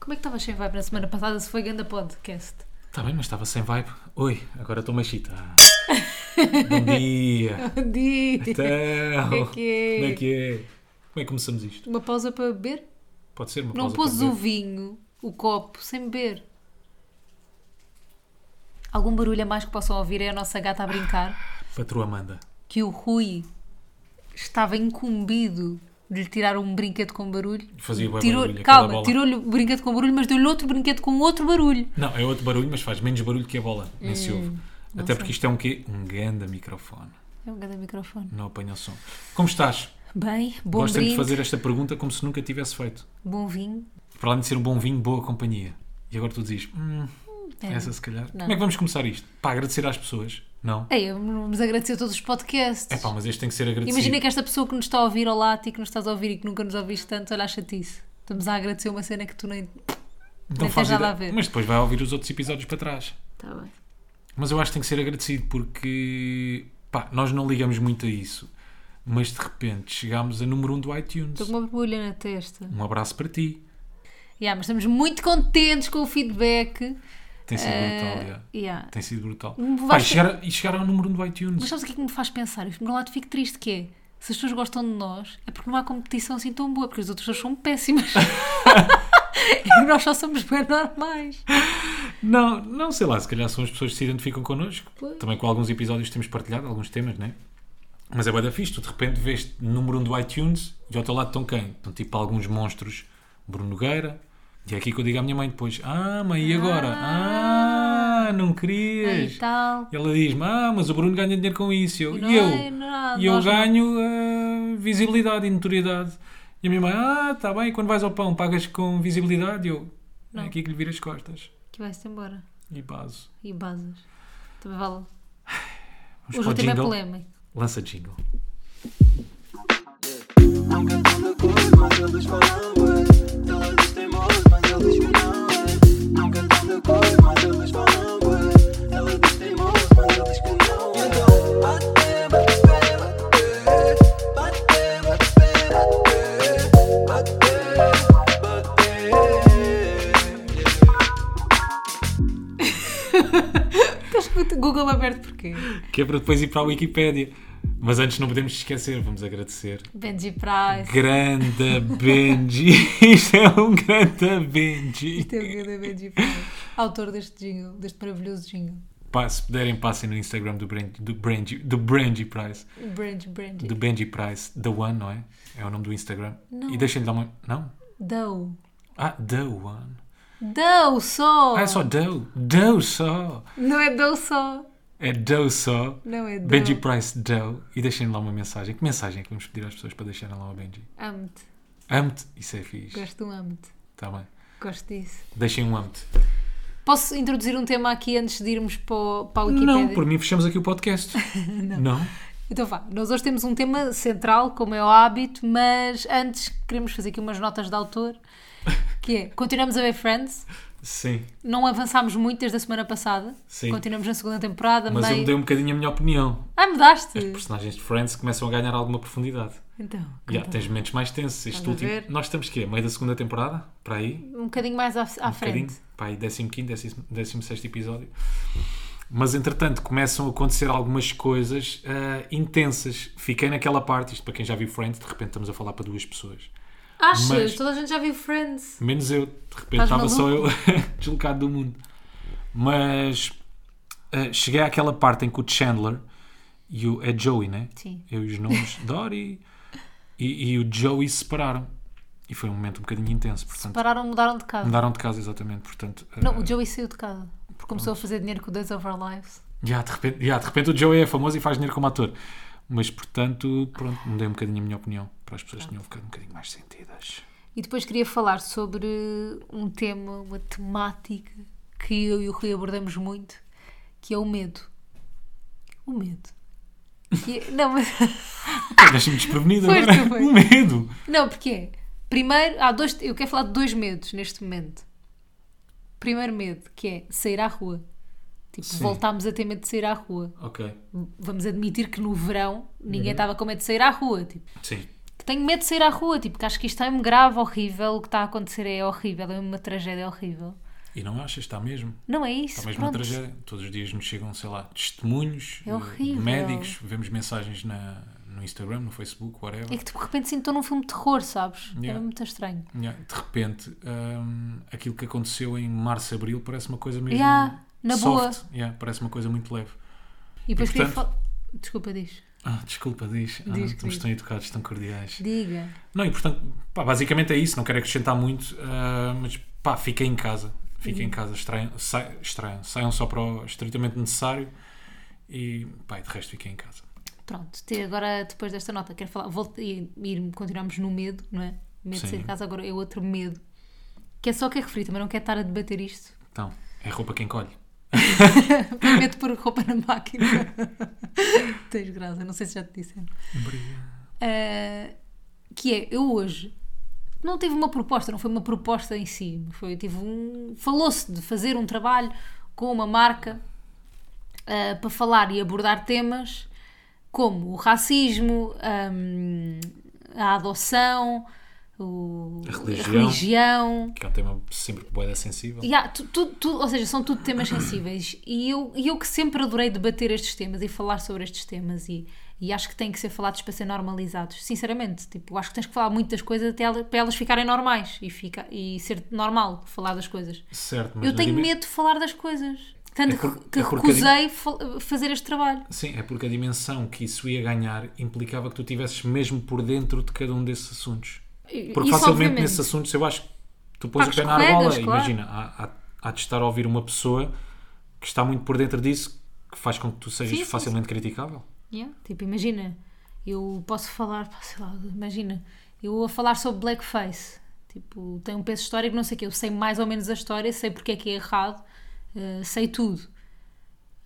Como é que estavas sem vibe na semana passada se foi ganda podcast? Está Tá bem, mas estava sem vibe. Oi, agora estou-me a excitar. Ah. Bom dia. Bom dia! Então, Como é que é? Como é que é? Como é que começamos isto? Uma pausa para beber? Pode ser uma Não pausa pôs para o beber? vinho, o copo, sem beber. Algum barulho a mais que possam ouvir é a nossa gata a brincar Patroa Amanda. que o Rui estava incumbido de lhe tirar um brinquedo com barulho. Fazia bem Tirou- barulho. aquela calma, bola. tirou-lhe o brinquedo com barulho, mas deu-lhe outro brinquedo com outro barulho. Não, é outro barulho, mas faz menos barulho que a bola. Nem se ouve. Até porque isto é um quê? Um ganda microfone. É um grande microfone. Não apanha o som. Como estás? Bem, bom Gosto sempre brinde, de fazer esta pergunta como se nunca tivesse feito. bom vinho. Para além de ser um bom vinho, boa companhia. E agora tu dizes, hum, é. essa se calhar. Como é que vamos começar isto? Para agradecer às pessoas? Não. Ei, vamos agradecer todos os podcasts. É pá, mas este tem que ser agradecido. Imagina que esta pessoa que nos está a ouvir ao lado e que nos estás a ouvir e que nunca nos ouviste tanto, olha a chatice. Estamos a agradecer uma cena que tu nem. Não Nem faz tens nada ideia. a ver. Mas depois vai ouvir os outros episódios para trás. Está bem. Mas eu acho que tem que ser agradecido porque pá, nós não ligamos muito a isso. Mas de repente chegámos a número 1 um do iTunes. Estou com uma borbulha na testa. Um abraço para ti. Yeah, mas estamos muito contentes com o feedback. Tem sido brutal, Eh, já. yeah. Tem sido brutal. Vais Pá, e, ter- chegar, e chegar ao número 1 um do iTunes. Mas sabes o que é que me faz pensar? Eu, por um lado, fico triste que é. Se as pessoas gostam de nós, é porque não há competição assim tão boa, porque as outras pessoas são péssimas. e nós só somos bem normais. Não, não sei lá, se calhar são as pessoas que se identificam connosco. Pois. Também com alguns episódios temos partilhado, alguns temas, né? Mas é bué da fixe, tu de repente vês número 1 um do iTunes e ao teu lado estão quem? Estão tipo alguns monstros, Bruno Nogueira. E é aqui que eu digo à minha mãe depois: Ah, mãe, e agora? Ah, não E querias. tal. E ela diz-me: Ah, mas o Bruno ganha dinheiro com isso. E eu, não e eu, é nada, e eu nós não." ganho eh, visibilidade e notoriedade. E a minha mãe: Ah, tá bem, quando vais ao pão pagas com visibilidade? E eu, é aqui que lhe vira as costas. Que vai-se embora. E baso. E basas. Também vale. Vamos Hoje para o o tema é jingle. polémico. Lança jingle. Nunca estão de acordo, mas eles falam bué. Eles têm modos, mas eles que não é. Nunca estão de acordo, mas eles falam bué. Eles têm modos, mas eles que não é. Então, bate, bate, bate. Bate, bate, bate. Bate, bate. Yeah. Estás com o Google aberto porquê? Que é para depois ir para a Wikipédia. Mas antes não podemos esquecer, vamos agradecer. Benji Price. Grande Benji. Isto é um grande Benji. Isto é o grande Benji Price. Autor deste jingle, deste maravilhoso jingle. Pá, se puderem, passem no Instagram do Benji, do Benji, do Benji Price. Benji, Benji. Do Benji Price. The One, não é? É o nome do Instagram. Não. E deixem-lhe dar uma. Não? Dou. Ah, The One. Dou só. Ah, é só Doe. Doe só. Não é dou só. É Doe só. Não é dou. Benji Price, Doe. E deixem-lhe lá uma mensagem. Que mensagem é que vamos pedir às pessoas para deixarem lá ao Benji? Amo-te. Amo-te. Isso é fixe. Gosto do amo-te. Está bem. Gosto disso. Deixem um amo-te. Posso introduzir um tema aqui antes de irmos para, o- para a Wikipédia? Não, por mim fechamos aqui o podcast. não. Então vá, nós hoje temos um tema central, como é o hábito, mas antes queremos fazer aqui umas notas de autor, que é, continuamos a ver Friends, Sim. não avançámos muito desde a semana passada, Sim. continuamos na segunda temporada, Mas eu meio... mudei um É bocadinho a minha opinião. Ah, mudaste! Os personagens de Friends começam a ganhar alguma profundidade. Então, Já, tens momentos mais tensos. Estás Este a último. ver? Nós estamos quê? Meio da segunda temporada? Para aí? um bocadinho mais à, à frente. Bocadinho? Para aí, 15, 16 episódio. Mas entretanto começam a acontecer algumas coisas ah, intensas. Fiquei naquela parte, isto para quem já viu Friends, de repente estamos a falar para duas pessoas. Achas? Mas- Toda a gente já viu Friends. Menos eu, de repente Estás estava só eu deslocado do mundo. Mas eh, cheguei àquela parte em que o Chandler e o. É Joey, né? Sim. Eu e os nomes, Dory e, e o Joey se separaram. E foi um momento um bocadinho intenso, portanto. Pararam, mudaram de casa. Mudaram de casa, exatamente, portanto. eh, Não, o Joey saiu de casa, porque começou a fazer dinheiro com o Days of Our Lives. já, de repente, já, de repente o Joey é famoso e faz dinheiro como ator. Mas, portanto, pronto, mudei um bocadinho a minha opinião para as pessoas tenham ficado um bocadinho mais sentidas. E depois queria falar sobre um tema, uma temática que eu e o Rui abordamos muito, que é o medo. O medo. Que é- não, mas- Deixa-me desprevenido Foste, agora. foi. O medo! não, porque é. Primeiro, há dois, eu quero falar de dois medos neste momento. Primeiro medo, que é sair à rua. Tipo, Sim. voltámos a ter medo de sair à rua. Ok. Uhum. Vamos admitir que no verão ninguém estava com medo de sair à rua. Tipo, Sim. que tenho medo de sair à rua, tipo, que acho que isto é grave, horrível, o que está a acontecer é horrível, é uma tragédia horrível. E não achas? Está mesmo. Não é isso. Está Tá mesmo uma pronto. tragédia. Todos os dias nos chegam, sei lá, testemunhos, É eh, horrível. médicos, vemos mensagens na, no Instagram, no Facebook, whatever. É que tipo, de repente sinto que estou num filme de terror, sabes? Yeah. Era muito estranho. Yeah, De repente, hum, aquilo que aconteceu em março, abril, parece uma coisa mesmo. Yeah, na soft. Yeah, parece uma coisa muito leve. E depois queria portanto- falar. Desculpa, diz. Ah, desculpa, diz. Ah, Diz, estamos diz. tão educados, tão cordiais. Diga. Não, e portanto, pá, basicamente é isso. Não quero acrescentar muito, ah, mas pá, fiquem em casa. Fiquem Uhum. em casa, estranho, sai, estranho, saiam só para o estritamente necessário e, pá, e de resto fiquem em casa. Pronto, te- agora depois desta nota, quero falar. Volta, e, e continuamos no medo, não é? Medo de sair Sim. de casa agora é outro medo. Que é só o que é referido, também não quero estar a debater isto. Então, é roupa que encolhe. Tenho medo de pôr roupa na máquina. Tens graça, não sei se já te disseram. Ah, que é, eu hoje não tive uma proposta, não foi uma proposta em si, foi tive um falou-se de fazer um trabalho com uma marca ah, para falar e abordar temas como o racismo, ahm, a adoção, o- A religião. religião Que é um tema sempre boeda sensível. Yeah, tu- tu- tu- ou seja, são tudo temas sensíveis e eu, e eu que sempre adorei debater estes temas e falar sobre estes temas e, e acho que têm que ser falados para ser normalizados sinceramente, tipo, acho que tens que falar muito das coisas até ela- para elas ficarem normais e, fica, e ser normal falar das coisas Certo, mas eu na tenho dimen- medo de falar das coisas tanto É por- que é porque- recusei fa- fazer este trabalho Sim, é porque a dimensão que isso ia ganhar implicava que tu estivesses mesmo por dentro de cada um desses assuntos. E- Porque isso, facilmente obviamente. nesses assuntos eu acho que tu pões Pá, o pé na argola. escorregas, claro. Imagina, há, há, há de estar a ouvir uma pessoa que está muito por dentro disso que faz com que tu sejas Sim, sim, facilmente criticável. Yeah, Tipo, imagina, eu posso falar, pá, sei lá, imagina, eu a falar sobre blackface, tipo, tem um peso histórico, não sei o quê, eu sei mais ou menos a história, sei porque é que é errado, eh, sei tudo.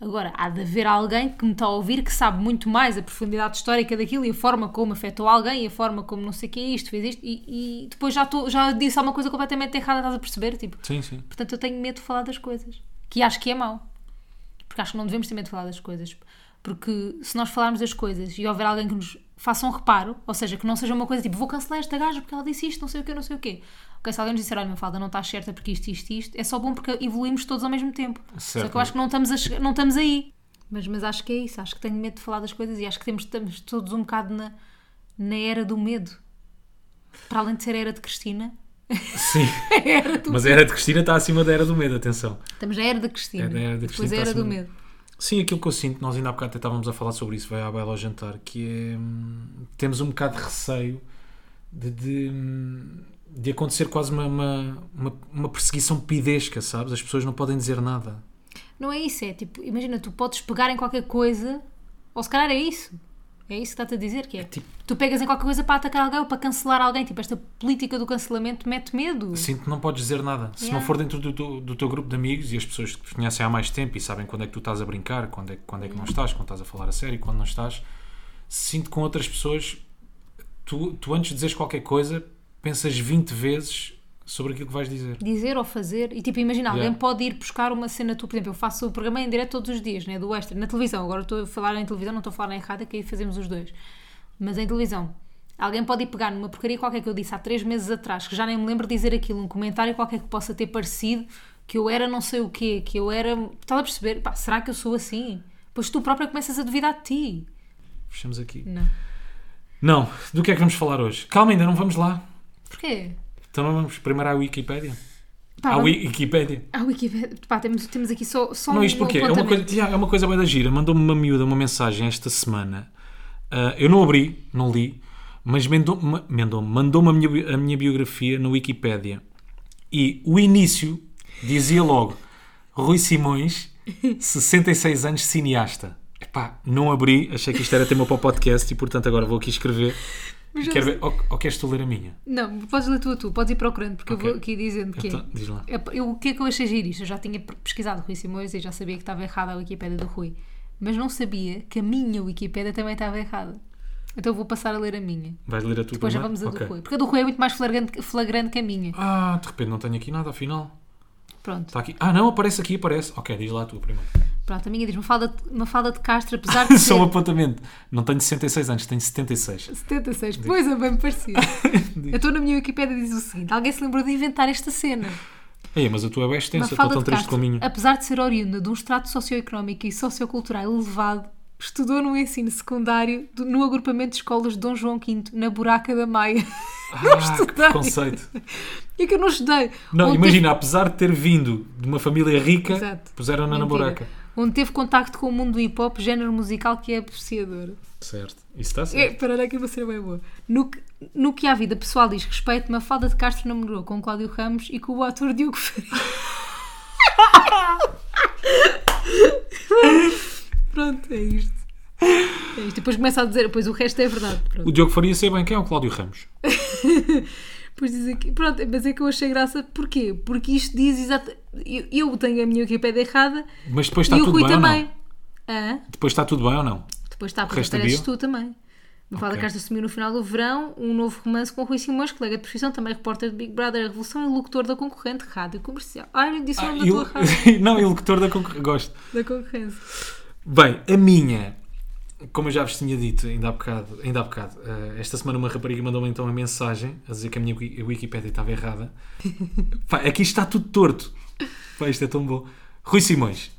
Agora, há de haver alguém que me está a ouvir que sabe muito mais a profundidade histórica daquilo e a forma como afetou alguém e a forma como não sei o que é isto, fez isto, e, e depois já, tô, já disse alguma coisa completamente errada, estás a perceber? Tipo, Sim, sim. Portanto, eu tenho medo de falar das coisas. Que acho que é mau. Porque acho que não devemos ter medo de falar das coisas. Porque se nós falarmos das coisas e houver alguém que nos faça um reparo, ou seja, que não seja uma coisa tipo vou cancelar esta gaja porque ela disse isto, não sei o quê, não sei o quê. Ok, se alguém nos disser, olha, Mafalda, não estás certa porque isto, isto, isto, é só bom porque evoluímos todos ao mesmo tempo. Só Certo. que eu acho que não estamos, a chegar- não estamos aí. Mas, mas acho que é isso. Acho que tenho medo de falar das coisas e acho que temos, estamos todos um bocado na, na era do medo. Para além de ser a era de Cristina, Sim. a era do Mas a era de Cristina está acima da era do medo, atenção. Estamos na era da Cristina. É da era da Depois Cristina, a era está do acima- medo. Sim, aquilo que eu sinto, nós ainda há bocado até estávamos a falar sobre isso, vai à baila ao jantar, que é. hum, Temos um bocado de receio de, de, hum, de acontecer quase uma, uma, uma, uma perseguição pidesca, sabes? As pessoas não podem dizer nada. Não é isso, é tipo, imagina, tu podes pegar em qualquer coisa, ou se calhar é isso. É isso que está-te a dizer, que é. tipo- Tu pegas em qualquer coisa para atacar alguém ou para cancelar alguém. Tipo, esta política do cancelamento mete medo. Sinto que não podes dizer nada. Se Yeah. não for dentro do, do, do teu grupo de amigos e as pessoas que te conhecem há mais tempo e sabem quando é que tu estás a brincar, quando é, que- quando é que não estás, quando estás a falar a sério, quando não estás, sinto que com outras pessoas, tu, tu antes de dizeres qualquer coisa, pensas 20 vezes sobre aquilo que vais dizer. Dizer ou fazer. E tipo, imagina, Yeah. alguém pode ir buscar uma cena tua. Por exemplo, eu faço o programa em direto todos os dias, né? Do extra. Na televisão. Agora estou a falar em televisão, não estou a falar na errada, que aí fazemos os dois. Mas em televisão. Alguém pode ir pegar numa porcaria qualquer que eu disse há três meses atrás, que já nem me lembro de dizer aquilo, um comentário qualquer que possa ter parecido, que eu era não sei o quê, que eu era. Estás a perceber? Pá, será que eu sou assim? Pois tu própria começas a duvidar de ti. Fechamos aqui. Não. Não, do que é que vamos falar hoje? Calma, ainda não vamos lá. Porquê? Então não vamos primeiro à Wikipédia. Pá, à Tá, vamos- Wi- Wikipédia. Ah, Wikipedia. Pá, temos, temos aqui só, só um Não, isto porquê? É uma coisa, apontamento. yeah, é uma coisa bem da gira. Mandou-me uma miúda uma mensagem esta semana. Ah, eu não abri, não li, mas mendou- ma- mendou-me, mandou-me a minha, bi- a minha biografia na Wikipédia. E o início dizia logo: Rui Simões, 66 anos, cineasta. Epá, não abri, achei que isto era tema para o podcast e portanto agora vou aqui escrever. Mas Quero não- ver, ou, ou queres tu ler a minha? Não, podes ler tu a tu, podes ir procurando, porque Ok. eu vou aqui dizendo que Então, é. diz lá. Eu- eu- o que é que eu achei giro isto? Eu já tinha pesquisado Rui Simões e já sabia que estava errada a Wikipédia do Rui, mas não sabia que a minha Wikipédia também estava errada. Então eu vou passar a ler a minha. Vais ler a tua Depois já vamos primeiro? a do Ok. Rui. Porque a do Rui é muito mais flagrante, flagrante que a minha. Ah, de repente não tenho aqui nada, afinal. Pronto. Está aqui. Ah, não, aparece aqui, aparece. Ok, diz lá a tua primeiro. Pronto, a minha diz Mafalda, Mafalda de Castro, apesar de ser Só um apontamento. Não tenho 66 anos, tenho 76. 76. Pois é, bem parecido. Eu estou na minha Wikipédia e diz o seguinte: alguém se lembrou de inventar esta cena. Ei, mas a tua é bem extensa, estou Mafalda tão de triste Castro, com a minha. apesar de ser oriunda de um extrato socioeconómico e sociocultural elevado, estudou no ensino secundário do- no agrupamento de escolas de Dom João V, na Buraca da Maia. não Ah, estudei. que conceito. E que eu não estudei. Não, Onde imagina, apesar de ter vindo de uma família rica, Exato. puseram-na na Mentira. buraca. Onde teve contacto com o mundo do hip-hop, género musical que é apreciador. Certo. Isso está É, certo. Espera, olha aqui uma cena bem boa. No que, no que à vida pessoal diz respeito, Mafalda de Castro namorou com Cláudio Ramos e com o ator Diogo Faria. Pronto, é isto. É isto. Depois começa a dizer, pois o resto é verdade. Pronto. O Diogo Faria sei bem quem é o Cláudio Ramos. Depois diz aqui, pronto, mas é que eu achei graça, porquê? Porque isto diz exatamente. Eu, eu tenho a minha Wikipédia errada Mas depois está e o tudo Rui bem ou também. não? Hã? Depois está tudo bem ou não? Depois está, porque resto apareces havia? tu também. Mafalda Ok. Castro assumiu no final do verão um novo romance com Rui Simões, colega de profissão, também repórter de Big Brother, a Revolução e locutor da concorrente rádio comercial. Ai, eu disse o Ah, nome da e tua rádio. o- não, e o locutor da concorrência. Gosto. Da concorrência. Bem, a minha, como eu já vos tinha dito ainda há bocado, ainda há bocado eh, esta semana uma rapariga mandou-me então uma mensagem a dizer que a minha Wiki- a Wikipédia estava errada. Pá, aqui está tudo torto. Pá, isto é tão bom. Rui Simões.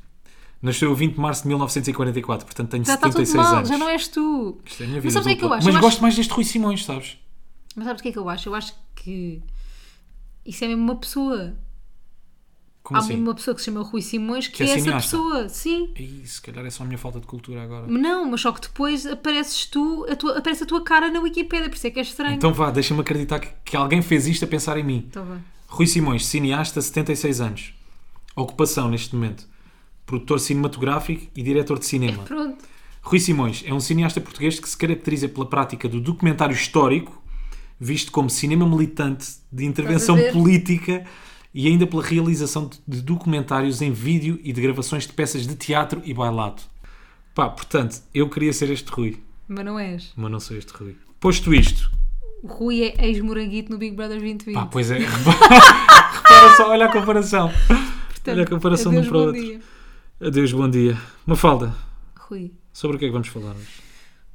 Nasceu a 20 de março de 1944, portanto tenho Já está tudo 76 mal, anos. já não és tu. Isto é a minha Mas vida sabes o que é que eu dupla. acho? Mas Eu acho- gosto mais deste Rui Simões, sabes? Mas sabes o que é que eu acho? Eu acho que isso é mesmo uma pessoa. Como Há assim? mesmo uma pessoa que se chama Rui Simões que, Que é é, essa cineasta. pessoa, sim. Ih, se calhar é só a minha falta de cultura agora. Não, mas só que depois apareces tu, a tua- aparece a tua cara na Wikipédia, por isso é que é estranho. Então vá, deixa-me acreditar que, que alguém fez isto a pensar em mim. Tá bem. Rui Simões, cineasta, 76 anos. Ocupação neste momento. Produtor cinematográfico e diretor de cinema. Pronto. Rui Simões é um cineasta português que se caracteriza pela prática do documentário histórico, visto como cinema militante, de intervenção ver? política e ainda pela realização de- de documentários em vídeo e de gravações de peças de teatro e bailado. Pá, portanto, eu queria ser este Rui, Mas não és. mas não sou este Rui. Posto isto, O Rui é ex-moranguito no Big Brother 2020. pá, pois é, repara só, olha a comparação. Portanto, olha a comparação de um adeus, para o bom outro. dia. Adeus, bom dia. Mafalda, Rui. sobre o que é que vamos falar hoje?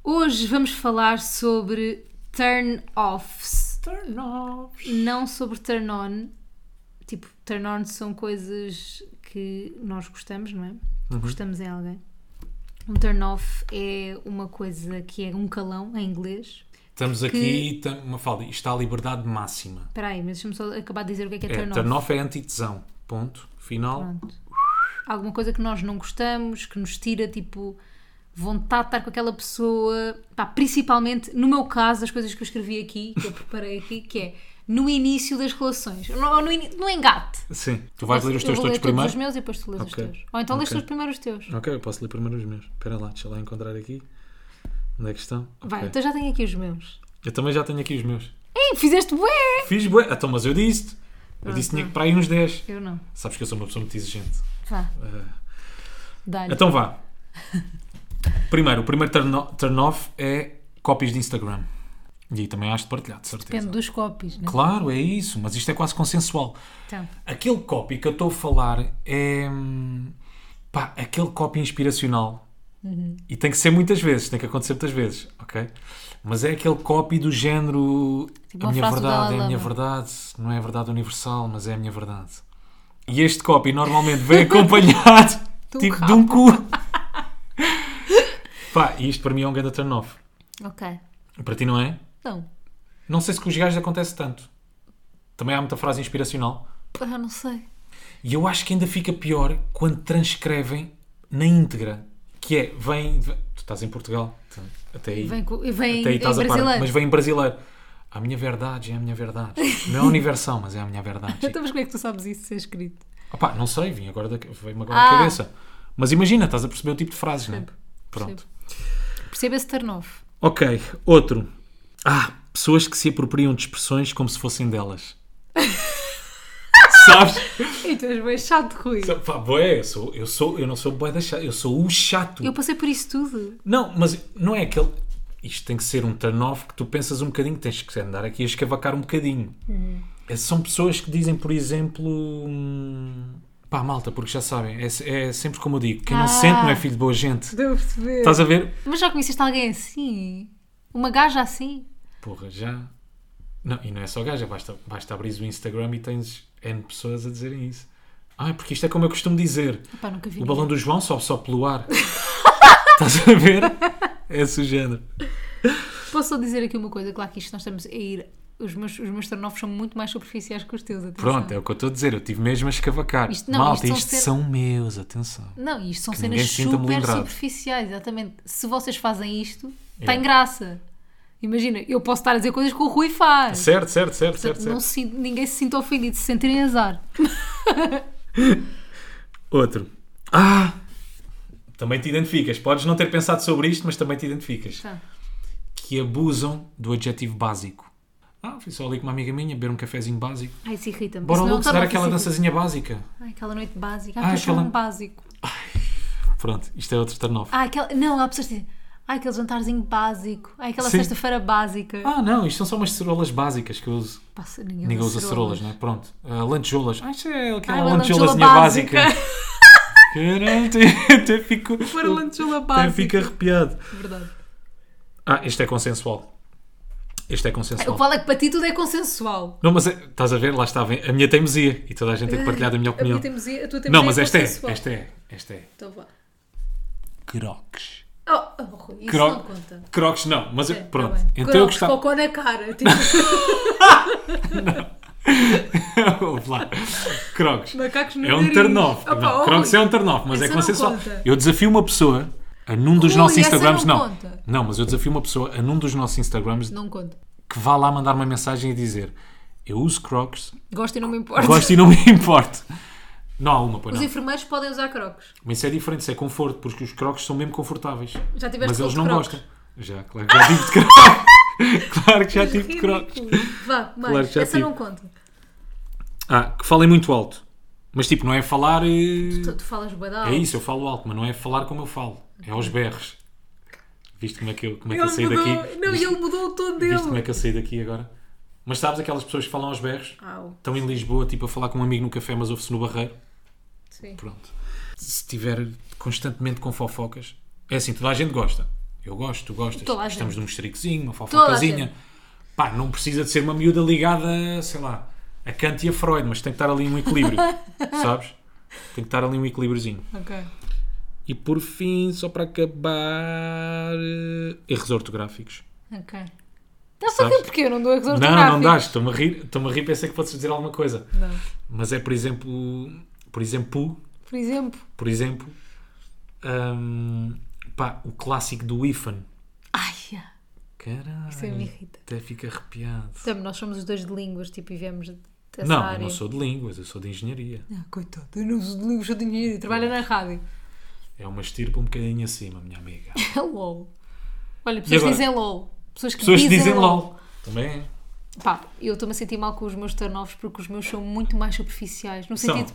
Hoje vamos falar sobre turn-offs. Não sobre turn-on. Tipo, turn-on são coisas que nós gostamos, não é? Uhum. Gostamos em alguém. Um turn-off é uma coisa que é um calão em inglês. Estamos aqui, tam- Mafalda, isto está a liberdade máxima. Espera aí, mas deixa-me só acabar de dizer o que é que é, É, turn-off. turn-off é anti-tesão. Ponto. Final. Pronto. Alguma coisa que nós não gostamos, que nos tira, tipo, vontade de estar com aquela pessoa. Pá, principalmente, no meu caso, as coisas que eu escrevi aqui, que eu preparei aqui, que é no início das relações. No, no, ini- no engate. Sim. Tu vais ler os teus eu vou todos ler todos primeiro? os meus e depois tu lês Ok. os teus. Ou então lês Ok. todos primeiro os teus. Ok, eu posso ler primeiro os meus. Espera lá, deixa lá encontrar aqui. Onde é que estão? Ok. Vai, então já tenho aqui os meus. Eu também já tenho aqui os meus. Ei, fizeste bué! Fiz bué. Então, mas eu disse-te. Eu disse que tinha que para aí uns 10. Eu não. Sabes que eu sou uma pessoa muito exigente. Vá, Ah, dá-lhe. então vá. Primeiro, o primeiro turn-o- turn-off é cópias de Instagram. E também acho de partilhar, de certeza. Depende dos copies, né? Claro, é isso, mas isto é quase consensual. Então, Aquele copy que eu estou a falar é. hum, pá, aquele copy inspiracional. E tem que ser muitas vezes, tem que acontecer muitas vezes, ok? Mas é aquele copy do género. Tipo a uma minha frase do verdade, Dalai é a minha Lama. verdade, não é a verdade universal, mas é a minha verdade. E este copy normalmente vem acompanhado De um tipo de um cu. pá, e isto para mim é um grande turn off. ok. Para ti não é? Então, Não sei se com os gajos acontece tanto. Também há muita frase inspiracional. pá, não sei. E eu acho que ainda fica pior quando transcrevem na íntegra. Que é, vem. vem- tu estás em Portugal, então, até aí. Vem, co- vem até aí em estás a par, brasileiro. mas vem em brasileiro. A minha verdade é a minha verdade. Não é universal, mas é a minha verdade. Então, mas como é que tu sabes isso ser escrito? Opá, não sei, vim agora da, veio-me agora Ah. à cabeça. Mas imagina, estás a perceber o tipo de frases, não é? Pronto. Perceba esse turn off. Ok, outro. Ah, pessoas que se apropriam de expressões como se fossem delas. Sabes? E tu és bem chato, Rui. Pá, bué, eu, sou, eu, sou, eu não sou bué da chata, eu sou o chato. Eu passei por isso tudo. Não, mas não é aquele. Isto tem que ser um turn-off que tu pensas um bocadinho, tens que andar aqui a escavacar um bocadinho. É, São pessoas que dizem, por exemplo, hum, Pá, malta, porque já sabem, é, é sempre como eu digo: quem não Ah. se sente não é filho de boa gente. Devo perceber. Estás a ver? Mas já conheceste alguém assim? Uma gaja assim? Porra, já. Não, e não é só gaja, basta, basta abrir o Instagram e tens N pessoas a dizerem isso. Ah, porque isto é como eu costumo dizer: Epá, nunca vi. o ninguém. balão do João sobe só pelo ar. Estás a ver? É esse o género. Posso só dizer aqui uma coisa? Claro que isto nós estamos a ir. Os meus, os meus turn-offs são muito mais superficiais que os teus. Atenção. Pronto, é o que eu estou a dizer, eu tive mesmo a escavacar. Isto não, malta, isto são isto, ser- são meus, atenção. Não, isto são ninguém cenas se sinta super melindrado. superficiais, exatamente. Se vocês fazem isto, Yeah. tem graça. Imagina, eu posso estar a dizer coisas que o Rui faz. Certo, certo, certo, Portanto, certo, certo. não se, sinta- ninguém se sinta ofendido, se sentirem azar. Outro. Ah! Também te identificas. Podes não ter pensado sobre isto, mas também te identificas. Tá. Que abusam do adjetivo básico. Ah, fui só ali com uma amiga minha, beber um cafezinho básico. Ai, isso irrita-me. Bora Isso não é um logo dar turn-off, aquela isso irrita-me. dançazinha básica. Ai, aquela noite básica. Ah, Ah, aquele aquela- chão básico. Pronto, isto é outro turn off. Ah, aquela... Não, há pessoas que dizem. Ah, aquele jantarzinho básico. Ah, aquela Sim. sexta-feira básica. Ah, não, isto são só umas cerolas básicas que eu uso. Passa, ninguém, Ninguém usa usa cerolas, cerolas. não é? Pronto. Ah, lancholas. Ah, isto é Ah, aquela uma lancholazinha lanchola básica. Caralho, até, até fico. Para a lanchola Até básica. fico arrepiado. Verdade. Ah, este é consensual. Este é O consensual. qual é que para ti tudo é consensual. Não, mas é- estás a ver, lá está vem- a minha teimosia e toda a gente tem que partilhar da minha opinião. Eh, A minha teimosia- a tua teimosia Não, mas esta é, consensual. esta é, esta é. Então vá. Crocs. Oh, oh, Rui, isso Cro- não conta. Crocs não, mas eu- É, tá pronto. bem. então Crocs, eu gostava. cocó na cara. Tipo, Ouve lá. Crocs. macacos no É um nariz. turn-off. Opa, Não, oh, Crocs Rui. é um turn-off, mas é Essa não consensual. conta. Eu desafio uma pessoa a num dos Ui, nossos essa Instagrams. não Não, conta. não, mas eu desafio uma pessoa a num dos nossos Instagrams Não conta. que vá lá mandar uma mensagem e dizer: Eu uso Crocs, Gosto e não me importa. gosto e não me importo. Não há uma, pois Os não. enfermeiros podem usar crocos. Mas isso é diferente, isso é conforto, porque os crocs são mesmo confortáveis. Já tiveste Mas com eles de não crocs? gostam. Já, claro que já tive de crocs. claro que já tive de Tipo, crocs. Ridículo. Vá, mais. Claro que já essa tive. não conta. Ah, que falem muito alto. Mas tipo, não é falar. eh, Tu, tu falas badal. É isso, eu falo alto, mas não é falar como eu falo. É aos berros. Viste como é que eu, como é que eu Ele saí mudou. daqui? Não, viste, ele mudou o tom viste como é dele. que eu saí daqui agora? Mas sabes aquelas pessoas que falam aos berros? Au, Estão em Lisboa, tipo, a falar com um amigo no café, mas ouve-se no barreiro. sim. Pronto. Se estiver constantemente com fofocas, é assim, toda a gente gosta. Eu gosto, tu gostas. Toda a Estamos gente. num estriquezinho, uma a fofocazinha. Pá, não precisa de ser uma miúda ligada, sei lá, a Kant e a Freud, mas tem que estar ali um equilíbrio, sabes? Tem que estar ali um equilíbriozinho. Ok. E por fim, só para acabar, eh, erros ortográficos. Ok. Não sabia porque eu não dou Não, exortos não gráficos. dás, estou-me a rir, estou-me a rir, pensei que fosse dizer alguma coisa. Não. Mas é, por exemplo, por exemplo, Por exemplo. por exemplo, hum, pá, o clássico do Ifan. Ai, já. Caralho, isso aí me irrita. até fico arrepiado. Também nós somos os dois de línguas, tipo, e viemos dessa não, área. eu não sou de línguas, eu sou de engenharia. Ah, coitado, eu não uso de livros de dinheiro e trabalha na rádio. É uma estirpa um bocadinho acima, minha amiga. É LOL. Olha, pessoas agora? dizem LOL. Pessoas que Pessoas que dizem, dizem um LOL. LOL. Também é. Pá, eu estou-me a sentir mal com os meus turn-offs porque os meus são muito mais superficiais. No São. sentido.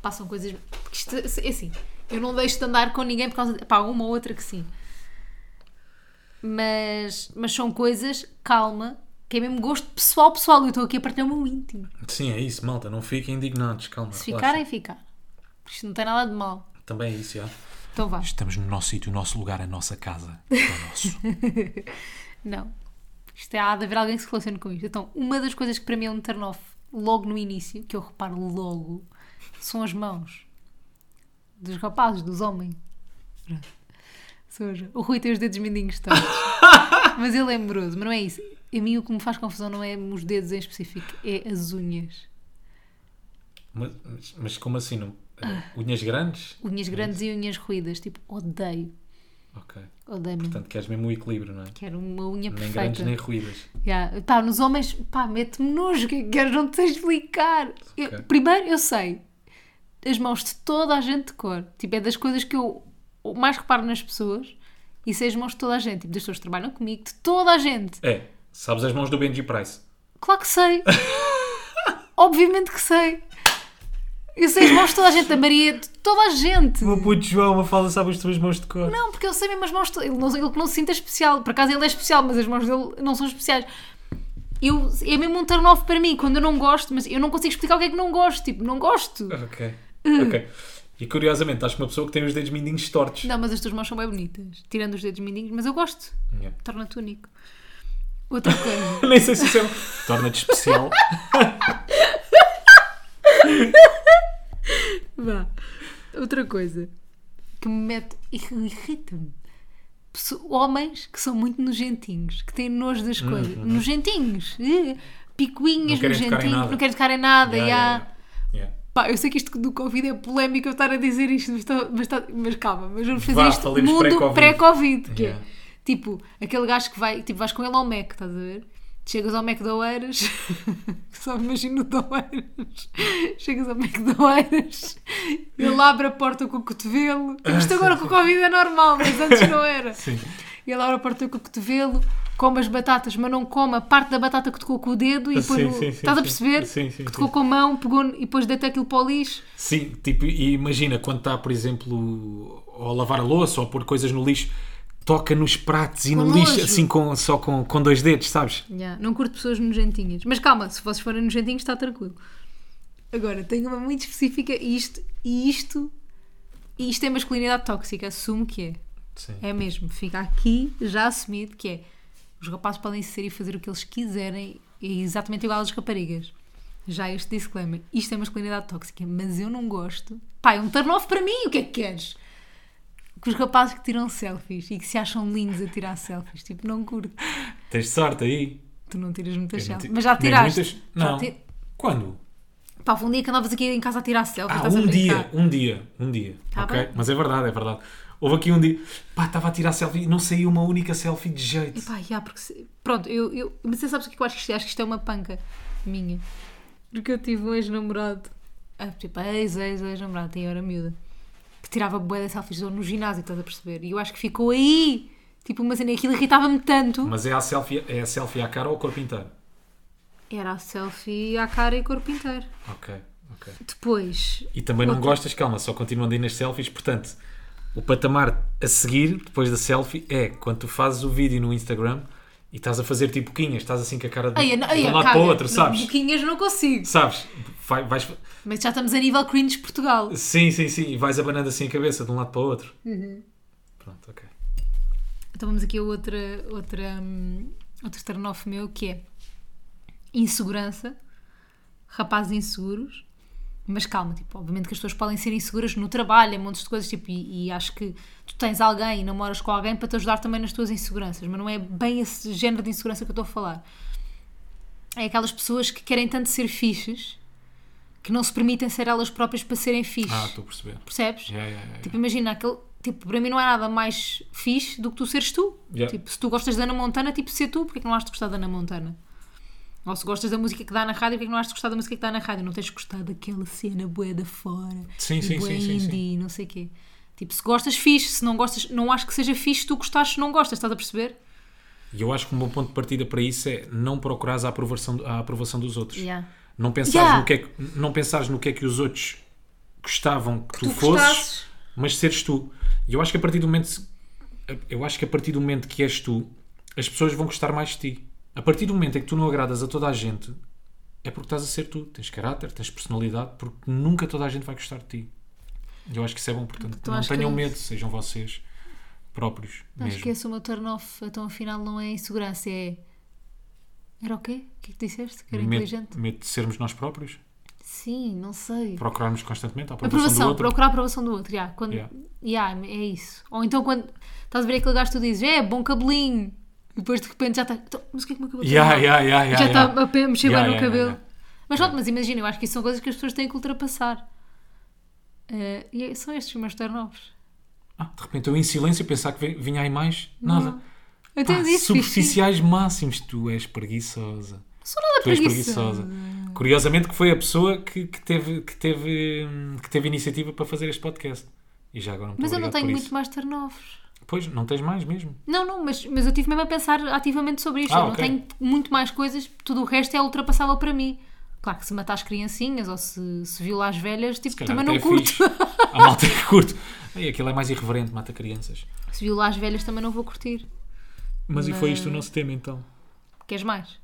Passam coisas. porque Isto, é assim, eu não deixo de andar com ninguém por causa de. Pá, uma ou outra que sim. Mas, mas são coisas, calma, que é mesmo gosto pessoal, pessoal. Eu estou aqui a partilhar o meu íntimo. Sim, é isso, malta. Não fiquem indignados, calma. Se relaxa. ficarem, ficar. Isto não tem nada de mal. Também é isso, já. Então vá. Estamos no nosso sítio, o nosso lugar, a nossa casa. É o nosso. Não. Isto é, há de haver alguém que se relacione com isto. Então, uma das coisas que para mim é um turn-off logo no início, que eu reparo logo, são as mãos dos rapazes, dos homens. Pronto. São as- O Rui tem os dedos mindinhos todos. mas ele é amoroso, mas não é isso. A mim o que me faz confusão não é os dedos em específico, é as unhas. mas, mas- mas como assim? Não? Eh, Unhas grandes? Unhas grandes e unhas ruídas. Tipo, odeio. Ok. Odeio mesmo. Portanto, queres mesmo o equilíbrio, não é? Quero uma unha Nem grandes perfeita. nem ruídas. Yeah. Pá, nos homens, pá, mete-me nojo, que é que queres? Não te sei explicar. Eu- Ok. primeiro, eu sei as mãos de toda a gente de cor. Tipo, é das coisas que eu mais reparo nas pessoas e sei as mãos de toda a gente. Tipo, das pessoas que trabalham comigo, de toda a gente. É, sabes as mãos do Benji Price. Claro que sei. Obviamente que sei. Eu sei as mãos de toda a gente, da Maria, de toda a gente. O puto João, uma fala, sabe as tuas mãos de cor. Não, porque ele sabe mesmo as mãos. to- Ele, não, ele que não se sinta especial. Por acaso ele é especial, mas as mãos dele não são especiais. Eu, é mesmo um turn-off para mim, quando eu não gosto, mas eu não consigo explicar o que é que não gosto. Tipo, não gosto. Ok. Ok. E curiosamente, acho que uma pessoa que tem os dedos mindinhos tortos. Não, mas as tuas mãos são bem bonitas. Tirando os dedos mindinhos, mas eu gosto. Yeah. Torna-te único. Outra coisa. Nem sei se isso é um- Torna-te especial. Vá. Outra coisa que me mete e que irrita-me. Pesso- Homens que são muito nojentinhos, que têm nojo das coisas. Nojentinhos. eh, Picuinhas, Uhum. Não querem tocar em nojentinhos. nada. Não querem tocar em nada. Yeah, e há- yeah, yeah. Pá, eu sei que isto do Covid é polémico eu estar a dizer isto, mas, estou- mas, está- mas calma, mas vamos fazer Vá, isto falemos mundo pré-Covid. pré-Covid, que Yeah. é tipo aquele gajo que vai, tipo, vais com ele ao Mac, estás a ver? Chegas ao Mac da Oeiras, só me imagino o da Oeiras, chegas ao Mac da Oeiras, ele abre a porta com o cotovelo, Ah, Tipo, isto agora com o Covid é normal, mas antes não era. Sim. Ele abre a porta com o cotovelo, come as batatas, mas não come a parte da batata que tocou com o dedo e depois Sim, no- sim, sim, estás a sim. perceber? Sim, sim, que sim. tocou com a mão, pegou e depois deita aquilo para o lixo. Sim, tipo, e imagina quando está, por exemplo, ao lavar a louça ou a pôr coisas no lixo, toca nos pratos e Com no nojo. lixo, assim com, só com, com dois dedos, sabes? Ya, Não curto pessoas nojentinhas. Mas calma, se vocês forem nojentinhos está tranquilo. Agora, tenho uma muito específica e isto, e isto, e isto é masculinidade tóxica, assumo que é. Sim. É mesmo, fica aqui já assumido que é. Os rapazes podem ser e fazer o que eles quiserem, é exatamente igual às raparigas. Já este disclaimer. Isto é masculinidade tóxica, mas eu não gosto. Pá, é um turn off para mim, o que é que queres? Que os rapazes que tiram selfies e que se acham lindos a tirar selfies, tipo, não curto. Tens sorte aí. Tu não tiras muitas Eu não selfies. ti- é. Mas já nem tiraste. muitas- Já Não. ti- Quando? Pá, foi um dia que andavas aqui em casa a tirar selfies. Ah, estás a um brincar. dia, um dia, um dia. Tá ok? bem. Mas é verdade, é verdade. Houve aqui um dia. Pá, estava a tirar selfie e não saiu uma única selfie de jeito. Epá, já, porque se- Pronto, eu, eu... Mas você sabes o que eu acho que isto é? Acho que isto é uma panca minha. Porque eu tive um ex-namorado. Ah, tipo, ex, ex, ex-namorado. Tem hora miúda. Que tirava bué de selfies no ginásio, estás a perceber? E eu acho que ficou aí. Tipo, uma cena. Aquilo irritava-me tanto. Mas é a, selfie, é a selfie à cara ou ao corpo inteiro? Era a selfie à cara e corpo inteiro. Ok, ok. Depois... E também não gostas, calma, só continuando aí nas selfies. Portanto, o patamar a seguir, depois da selfie, é quando tu fazes o vídeo no Instagram e estás a fazer tipo boquinhas, estás assim com a cara de, Ai, eu- ai, de um eu- lado para caga. o outro, Não, sabes? Boquinhas não consigo. Sabes? Vai- vais, Mas já estamos a nível cringe de Portugal. sim, sim, sim, e vais abanando assim a cabeça de um lado para o outro. Uhum. Pronto, ok. Então vamos aqui a outra, outra, hum, outro turn off meu que é insegurança, rapazes inseguros, mas calma, tipo, obviamente que as pessoas podem ser inseguras no trabalho, em montes de coisas, tipo, e, e acho que tu tens alguém e namoras com alguém para te ajudar também nas tuas inseguranças, mas não é bem esse género de insegurança que eu estou a falar. É aquelas pessoas que querem tanto ser fixes que não se permitem ser elas próprias para serem fixes. Ah, estou a perceber. Percebes? Yeah, yeah, yeah, Tipo, imagina aquele. Tipo, para mim não é nada mais fixe do que tu seres tu. Yeah. Tipo, se tu gostas da Ana Montana, tipo, ser tu, porque é que não has de gostar da Ana Montana? Ou se gostas da música que dá na rádio, porque é que não has de gostar da música que dá na rádio? Não tens de gostar daquela cena bué da fora. Sim, e sim, bué sim, sim, sim. indie, não sei o quê. Tipo, se gostas, fixe. Se não gostas, não acho que seja fixe tu gostas se não gostas, estás a perceber? E eu acho que um bom ponto de partida para isso é não procurares a aprovação, a aprovação dos outros. Yeah. Não, pensares Yeah. no que é que, não pensares no que é que os outros gostavam que, tu, tu fosses, gostasses. mas seres tu. E eu acho que a partir do momento eu acho que a partir do momento que és tu, as pessoas vão gostar mais de ti. A partir do momento em que tu não agradas a toda a gente, é porque estás a ser tu. Tens caráter, tens personalidade, porque nunca toda a gente vai gostar de ti. E Eu acho que isso é bom, portanto, Então não acho que tenham é medo, sejam vocês próprios Acho mesmo. que esse é o meu turn off. Então, afinal, não é insegurança, é. Era o quê? O que é que disseste? Que era inteligente? medo, medo de sermos nós próprios, Sim, não sei. procurarmos constantemente a aprovação, do aprovação, outro. procurar a aprovação do outro, yeah. Quando, Yeah. yeah, é isso. Ou então quando estás a ver aquele gajo que tu dizes, é, bom cabelinho, e depois de repente já está, "Então, mas o que é que o meu cabelo está Yeah, mal?" yeah, yeah, yeah, Já tá- está yeah. a pe- mexer Yeah, bem no yeah, cabelo. yeah, Mas pronto, mas imagina, eu acho que isso são coisas que as pessoas têm que ultrapassar. Eh, e é- são estes os meus turn-offs. Ah, de repente eu em silêncio pensar que vi- vinha aí mais, nada. Eu Pá, tenho dito, fixe. superficiais máximos, tu és preguiçosa. Não sou nada Tu és preguiçosa. preguiçosa. Curiosamente que foi a pessoa que, que teve, que, teve, hum, que teve iniciativa para fazer este podcast. E já agora não Mas eu não tenho muito mais mais. turn-offs. Pois, não tens mais mesmo. Não, não, mas, mas eu estive mesmo a pensar ativamente sobre isto. Ah, eu ok. não tenho muito mais coisas, tudo o resto é ultrapassável para mim. Claro que se matar as criancinhas ou se, se violar as velhas, tipo, calhar também não até é curto. fixe. Há malta é que curto. Ai, aquilo é mais irreverente, mata crianças. se violar as velhas também não vou curtir. Mas e foi isto o nosso tema então? Queres mais?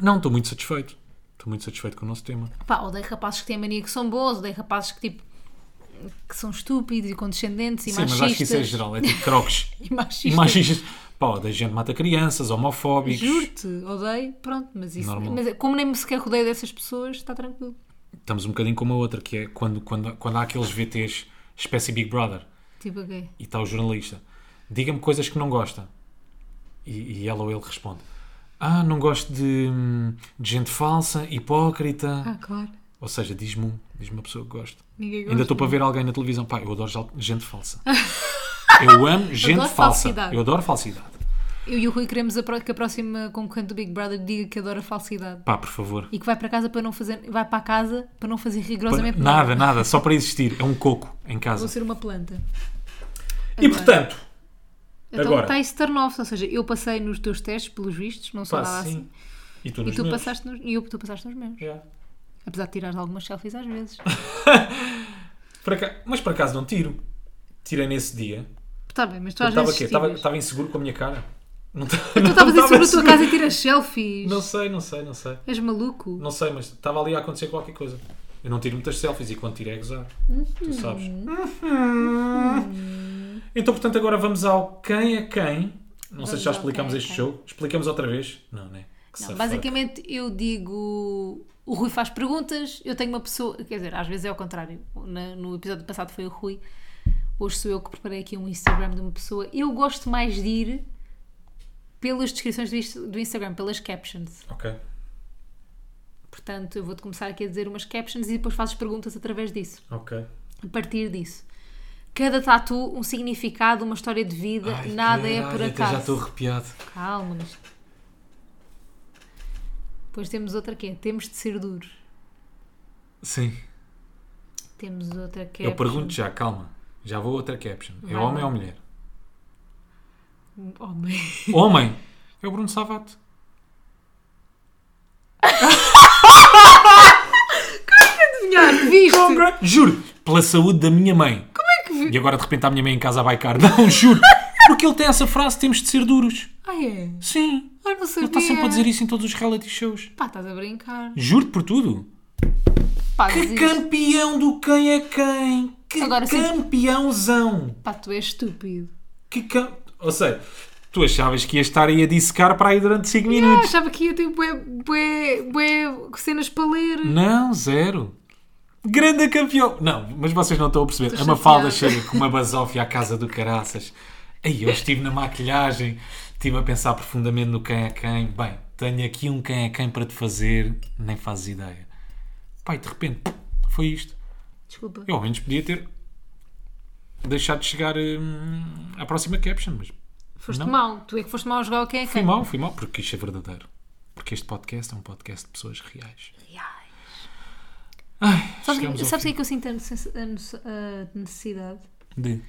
Não, estou muito satisfeito. Estou muito satisfeito com o nosso tema. Pá, odeio rapazes que têm mania que são boas, odeio rapazes que tipo que são estúpidos e condescendentes e Sim, machistas. é- mas acho que isso é geral, é tipo crocs. E machistas. E machistas. Pá, da gente mata crianças, homofóbicos. Juro-te, odeio, pronto, mas isso. Normal. Mas é, como nem me sequer rodeio dessas pessoas, está tranquilo. Estamos um bocadinho como a outra, que é quando, quando, quando há aqueles VTs, espécie Big Brother, Tipo, ok. e está o jornalista. Diga-me coisas que não gosta. E, e ela ou ele responde. Ah, não gosto de, hum, de gente falsa, hipócrita. Ah, claro. Ou seja, diz-me um, diz-me uma pessoa que gosto. Ninguém gosta. Ainda estou para ver alguém na televisão. Pá, eu adoro jal- gente falsa. Eu amo gente Adoro falsa. falsidade. Eu adoro falsidade. Eu e o Rui queremos a pro- que a próxima concorrente do Big Brother diga que adora falsidade. Pá, por favor. E que vai para casa para não fazer. Vai para casa para não fazer rigorosamente Nada, nada, só para existir. É um coco em Vou casa. ser uma planta. E portanto, Então Agora. está isso turn off, ou seja, eu passei nos teus testes, pelos vistos, não sou pá, nada assim. sim. E tu, E nos tu meus. É. passaste, nos, e eu, tu passaste nos meus. Yeah. Apesar de tirar algumas selfies às vezes. Por aca- Mas por acaso não tiro. Tirei nesse dia. Está Tá bem, mas tu Eu às Estava vezes. aqui, estava tiras. estava inseguro com a minha cara. Não ta- Tu não estavas tava aí sobre a tua seguro. casa e tiras selfies. Não sei, não sei, não sei. És maluco? Não sei, mas estava ali a acontecer qualquer coisa. Eu não tiro muitas selfies e quando tiro é gozar. Uhum. Tu sabes. Então, portanto, agora vamos ao quem é quem. Não sei se já ao explicamos quem é este quem. jogo. Explicamos outra vez? Não, né? Que Não, safado. basicamente eu digo. O Rui faz perguntas, eu tenho uma pessoa. Quer dizer, às vezes é ao contrário. Na- no episódio passado foi o Rui, hoje sou eu que preparei aqui um Instagram de uma pessoa. Eu gosto mais de ir pelas descrições do, Inst- do Instagram, pelas captions. Ok. Portanto, eu vou-te começar aqui a dizer umas captions e depois fazes perguntas através disso. Ok. a partir disso. Cada tatu, um significado, uma história de vida, Ai, nada é caralho, por até Já estou acaso. arrepiado. Calma, mas. Depois temos outra que é: temos de ser duros. Sim. Temos outra que é. Eu pergunto já, calma. Já vou a outra caption. É Vai lá. homem ou mulher? Homem. Homem! É o Bruno Savato. Adivinhaste, viste? Congra- Juro, pela saúde da minha mãe. Como é que E agora de repente está a minha mãe em casa a baicar. Não, juro. Porque ele tem essa frase, temos de ser duros. Ah, é? Sim. Ah, não Ele sabia. está sempre a dizer isso em todos os reality shows. Pá, estás a brincar. Juro por tudo. Pá, Que diz- campeão do quem é quem. Que Agora sim. campeãozão. Pá, tu és estúpido. Que cam... Ou seja, tu achavas que ia estar aí a dissecar para aí durante 5 Ah, minutos. achava que ia ter bué, bué, bué cenas para ler. Não, zero. Grande campeão. Não, mas vocês não estão a perceber. Estou a Mafalda chateada. chega com uma basófia à casa do caraças. Aí eu estive na maquilhagem, estive a pensar profundamente no quem é quem. Bem, tenho aqui um quem é quem para te fazer, nem fazes ideia. Pai, de repente, foi isto. Desculpa. Eu ao menos podia ter deixado de chegar hum, à próxima caption, mas Foste não. mal. Tu é que foste mal a jogar o quem é fui quem. mal, fui mal, porque isto é verdadeiro. Porque este podcast é um podcast de pessoas reais. Reais. Ai, chegamos Sabes, ao sabes o que é fim que eu sinto a necess- a nece- a necessidade? de-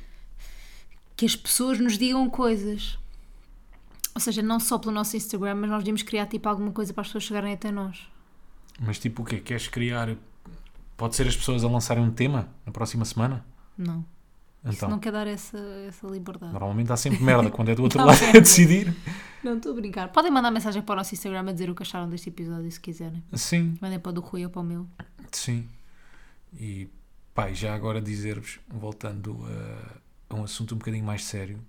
que as pessoas nos digam coisas. Ou seja, não só pelo nosso Instagram, mas nós devíamos criar tipo alguma coisa para as pessoas chegarem até nós. Mas tipo o quê? Queres criar... Pode ser as pessoas a lançarem um tema na próxima semana? Não. Isso Então, não quer dar essa, essa liberdade. normalmente há sempre merda quando é do outro Dá lado a merda. decidir. Não, estou a brincar. Podem mandar mensagem para o nosso Instagram a dizer o que acharam deste episódio se quiserem. Sim, Mandem para o do Rui ou para o meu. sim. E, pá, e já agora dizer-vos, voltando a, a um assunto um bocadinho mais sério,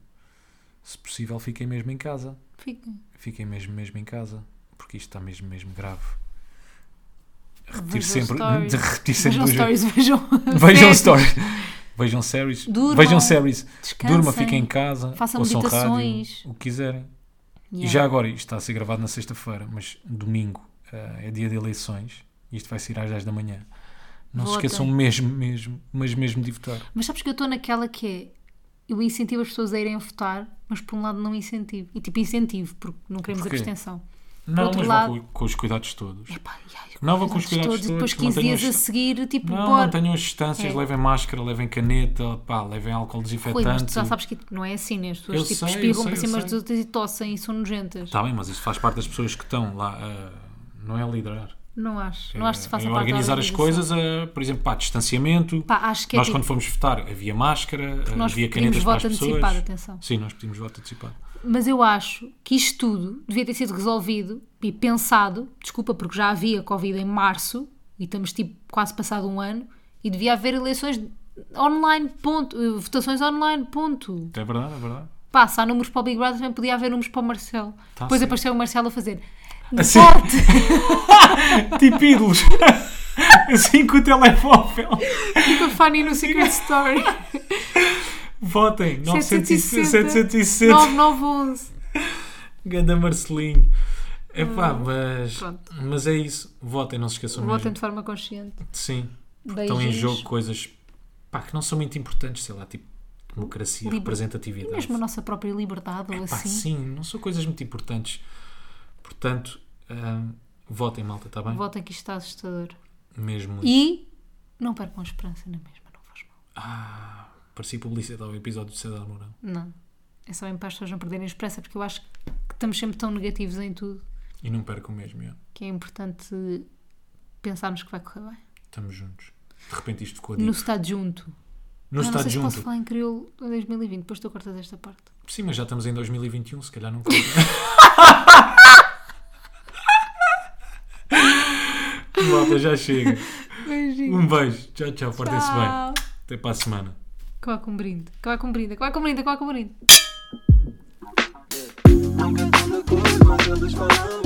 se possível fiquem mesmo em casa. Fiquem. Fiquem mesmo, mesmo em casa, porque isto está mesmo, mesmo grave. Vejam Repetir sempre, stories. de repetir sempre Vejam duas vezes. stories, vejam. Vejam séries, stories. Vejam séries. Durmam. Vejam séries. descansem. Durma, fiquem em casa. Façam ouçam meditações. rádio. O que quiserem. E Yeah. já agora, isto está a ser gravado na sexta-feira, mas domingo ah, é dia de eleições. e Isto vai sair às 10 da manhã. Não Votem. se esqueçam mesmo, mesmo, mas mesmo de votar. Mas sabes que eu estou naquela que é. Eu incentivo as pessoas a irem votar, mas por um lado não incentivo. E tipo, incentivo, porque não queremos Porquê? abstenção. Não, outro mas lado- vão com, com os cuidados todos. Epá, e ai, Não, vão com os cuidados todos. E depois 15 mantenham dias as- a seguir, tipo, Não, bora. mantenham as distâncias, É. levem máscara, levem caneta, pá, levem Rui, álcool mas tu desinfetante. já sabes que não é assim, né? As pessoas Eu tipo, sei, eu espirram sei, para eu cima sei. Tá. das outras e tossem e são nojentas. Está bem, mas isso faz parte das pessoas que estão lá, ah, não é a liderar. Não acho. Não acho que se faça é parte da organizar as organização. coisas, ah, por exemplo, pá, distanciamento. Pá, acho que é nós, tipo, quando fomos votar, havia máscara, ah, nós havia pedimos canetas para as voto pessoas. antecipado, atenção. Sim, nós pedimos voto antecipado. Mas eu acho que isto tudo devia ter sido resolvido e pensado, desculpa, porque já havia Covid em março e estamos tipo quase passado um ano e devia haver eleições online, ponto. Eh, Votações online, ponto. É verdade, é verdade. Pá, se há números para o Big Brother, também podia haver números para o Marcelo. Tá Depois certo. apareceu o Marcelo a fazer. Assim. Vote! tipo ídolos. assim com o telemóvel. E com a Fanny no Secret Story. Votem. 960. 760. 9911. Ganda Marcelinho. Epá, mas, Hum, pronto. mas é isso. Votem, não se esqueçam Votem mesmo. de forma consciente. Sim. Porque estão em Beijinhos. jogo coisas pá, que não são muito importantes, sei lá, tipo democracia, Liber- representatividade. Mesmo a nossa própria liberdade ou Pá, assim. sim, não são coisas muito importantes. Portanto, hum, votem, malta, está bem? Votem que isto está assustador. Mesmo. E não percam a esperança na mesma, não faz mal. Ah, parecia publicidade ao episódio de César Mourão. Não. É só mesmo para as pessoas não perderem a esperança, porque eu acho que estamos sempre tão negativos em tudo E não percam mesmo, é. que é importante pensarmos que vai correr bem. estamos juntos. De repente isto ficou a No dica. Estado Junto. Não Eu não está sei se junto. posso falar em crioulo em 2020, depois tu cortas esta parte. Sim, mas já estamos em 2021, se calhar não Malta, já chega. Beijinho. Um beijo. Tchau, tchau. Portem-se bem. Tchau. Até para a semana. Que vá com brinde. Que vá com brinde. Que vá com brinde. Que vá com brinde. Nunca tanta cor, mas eles falam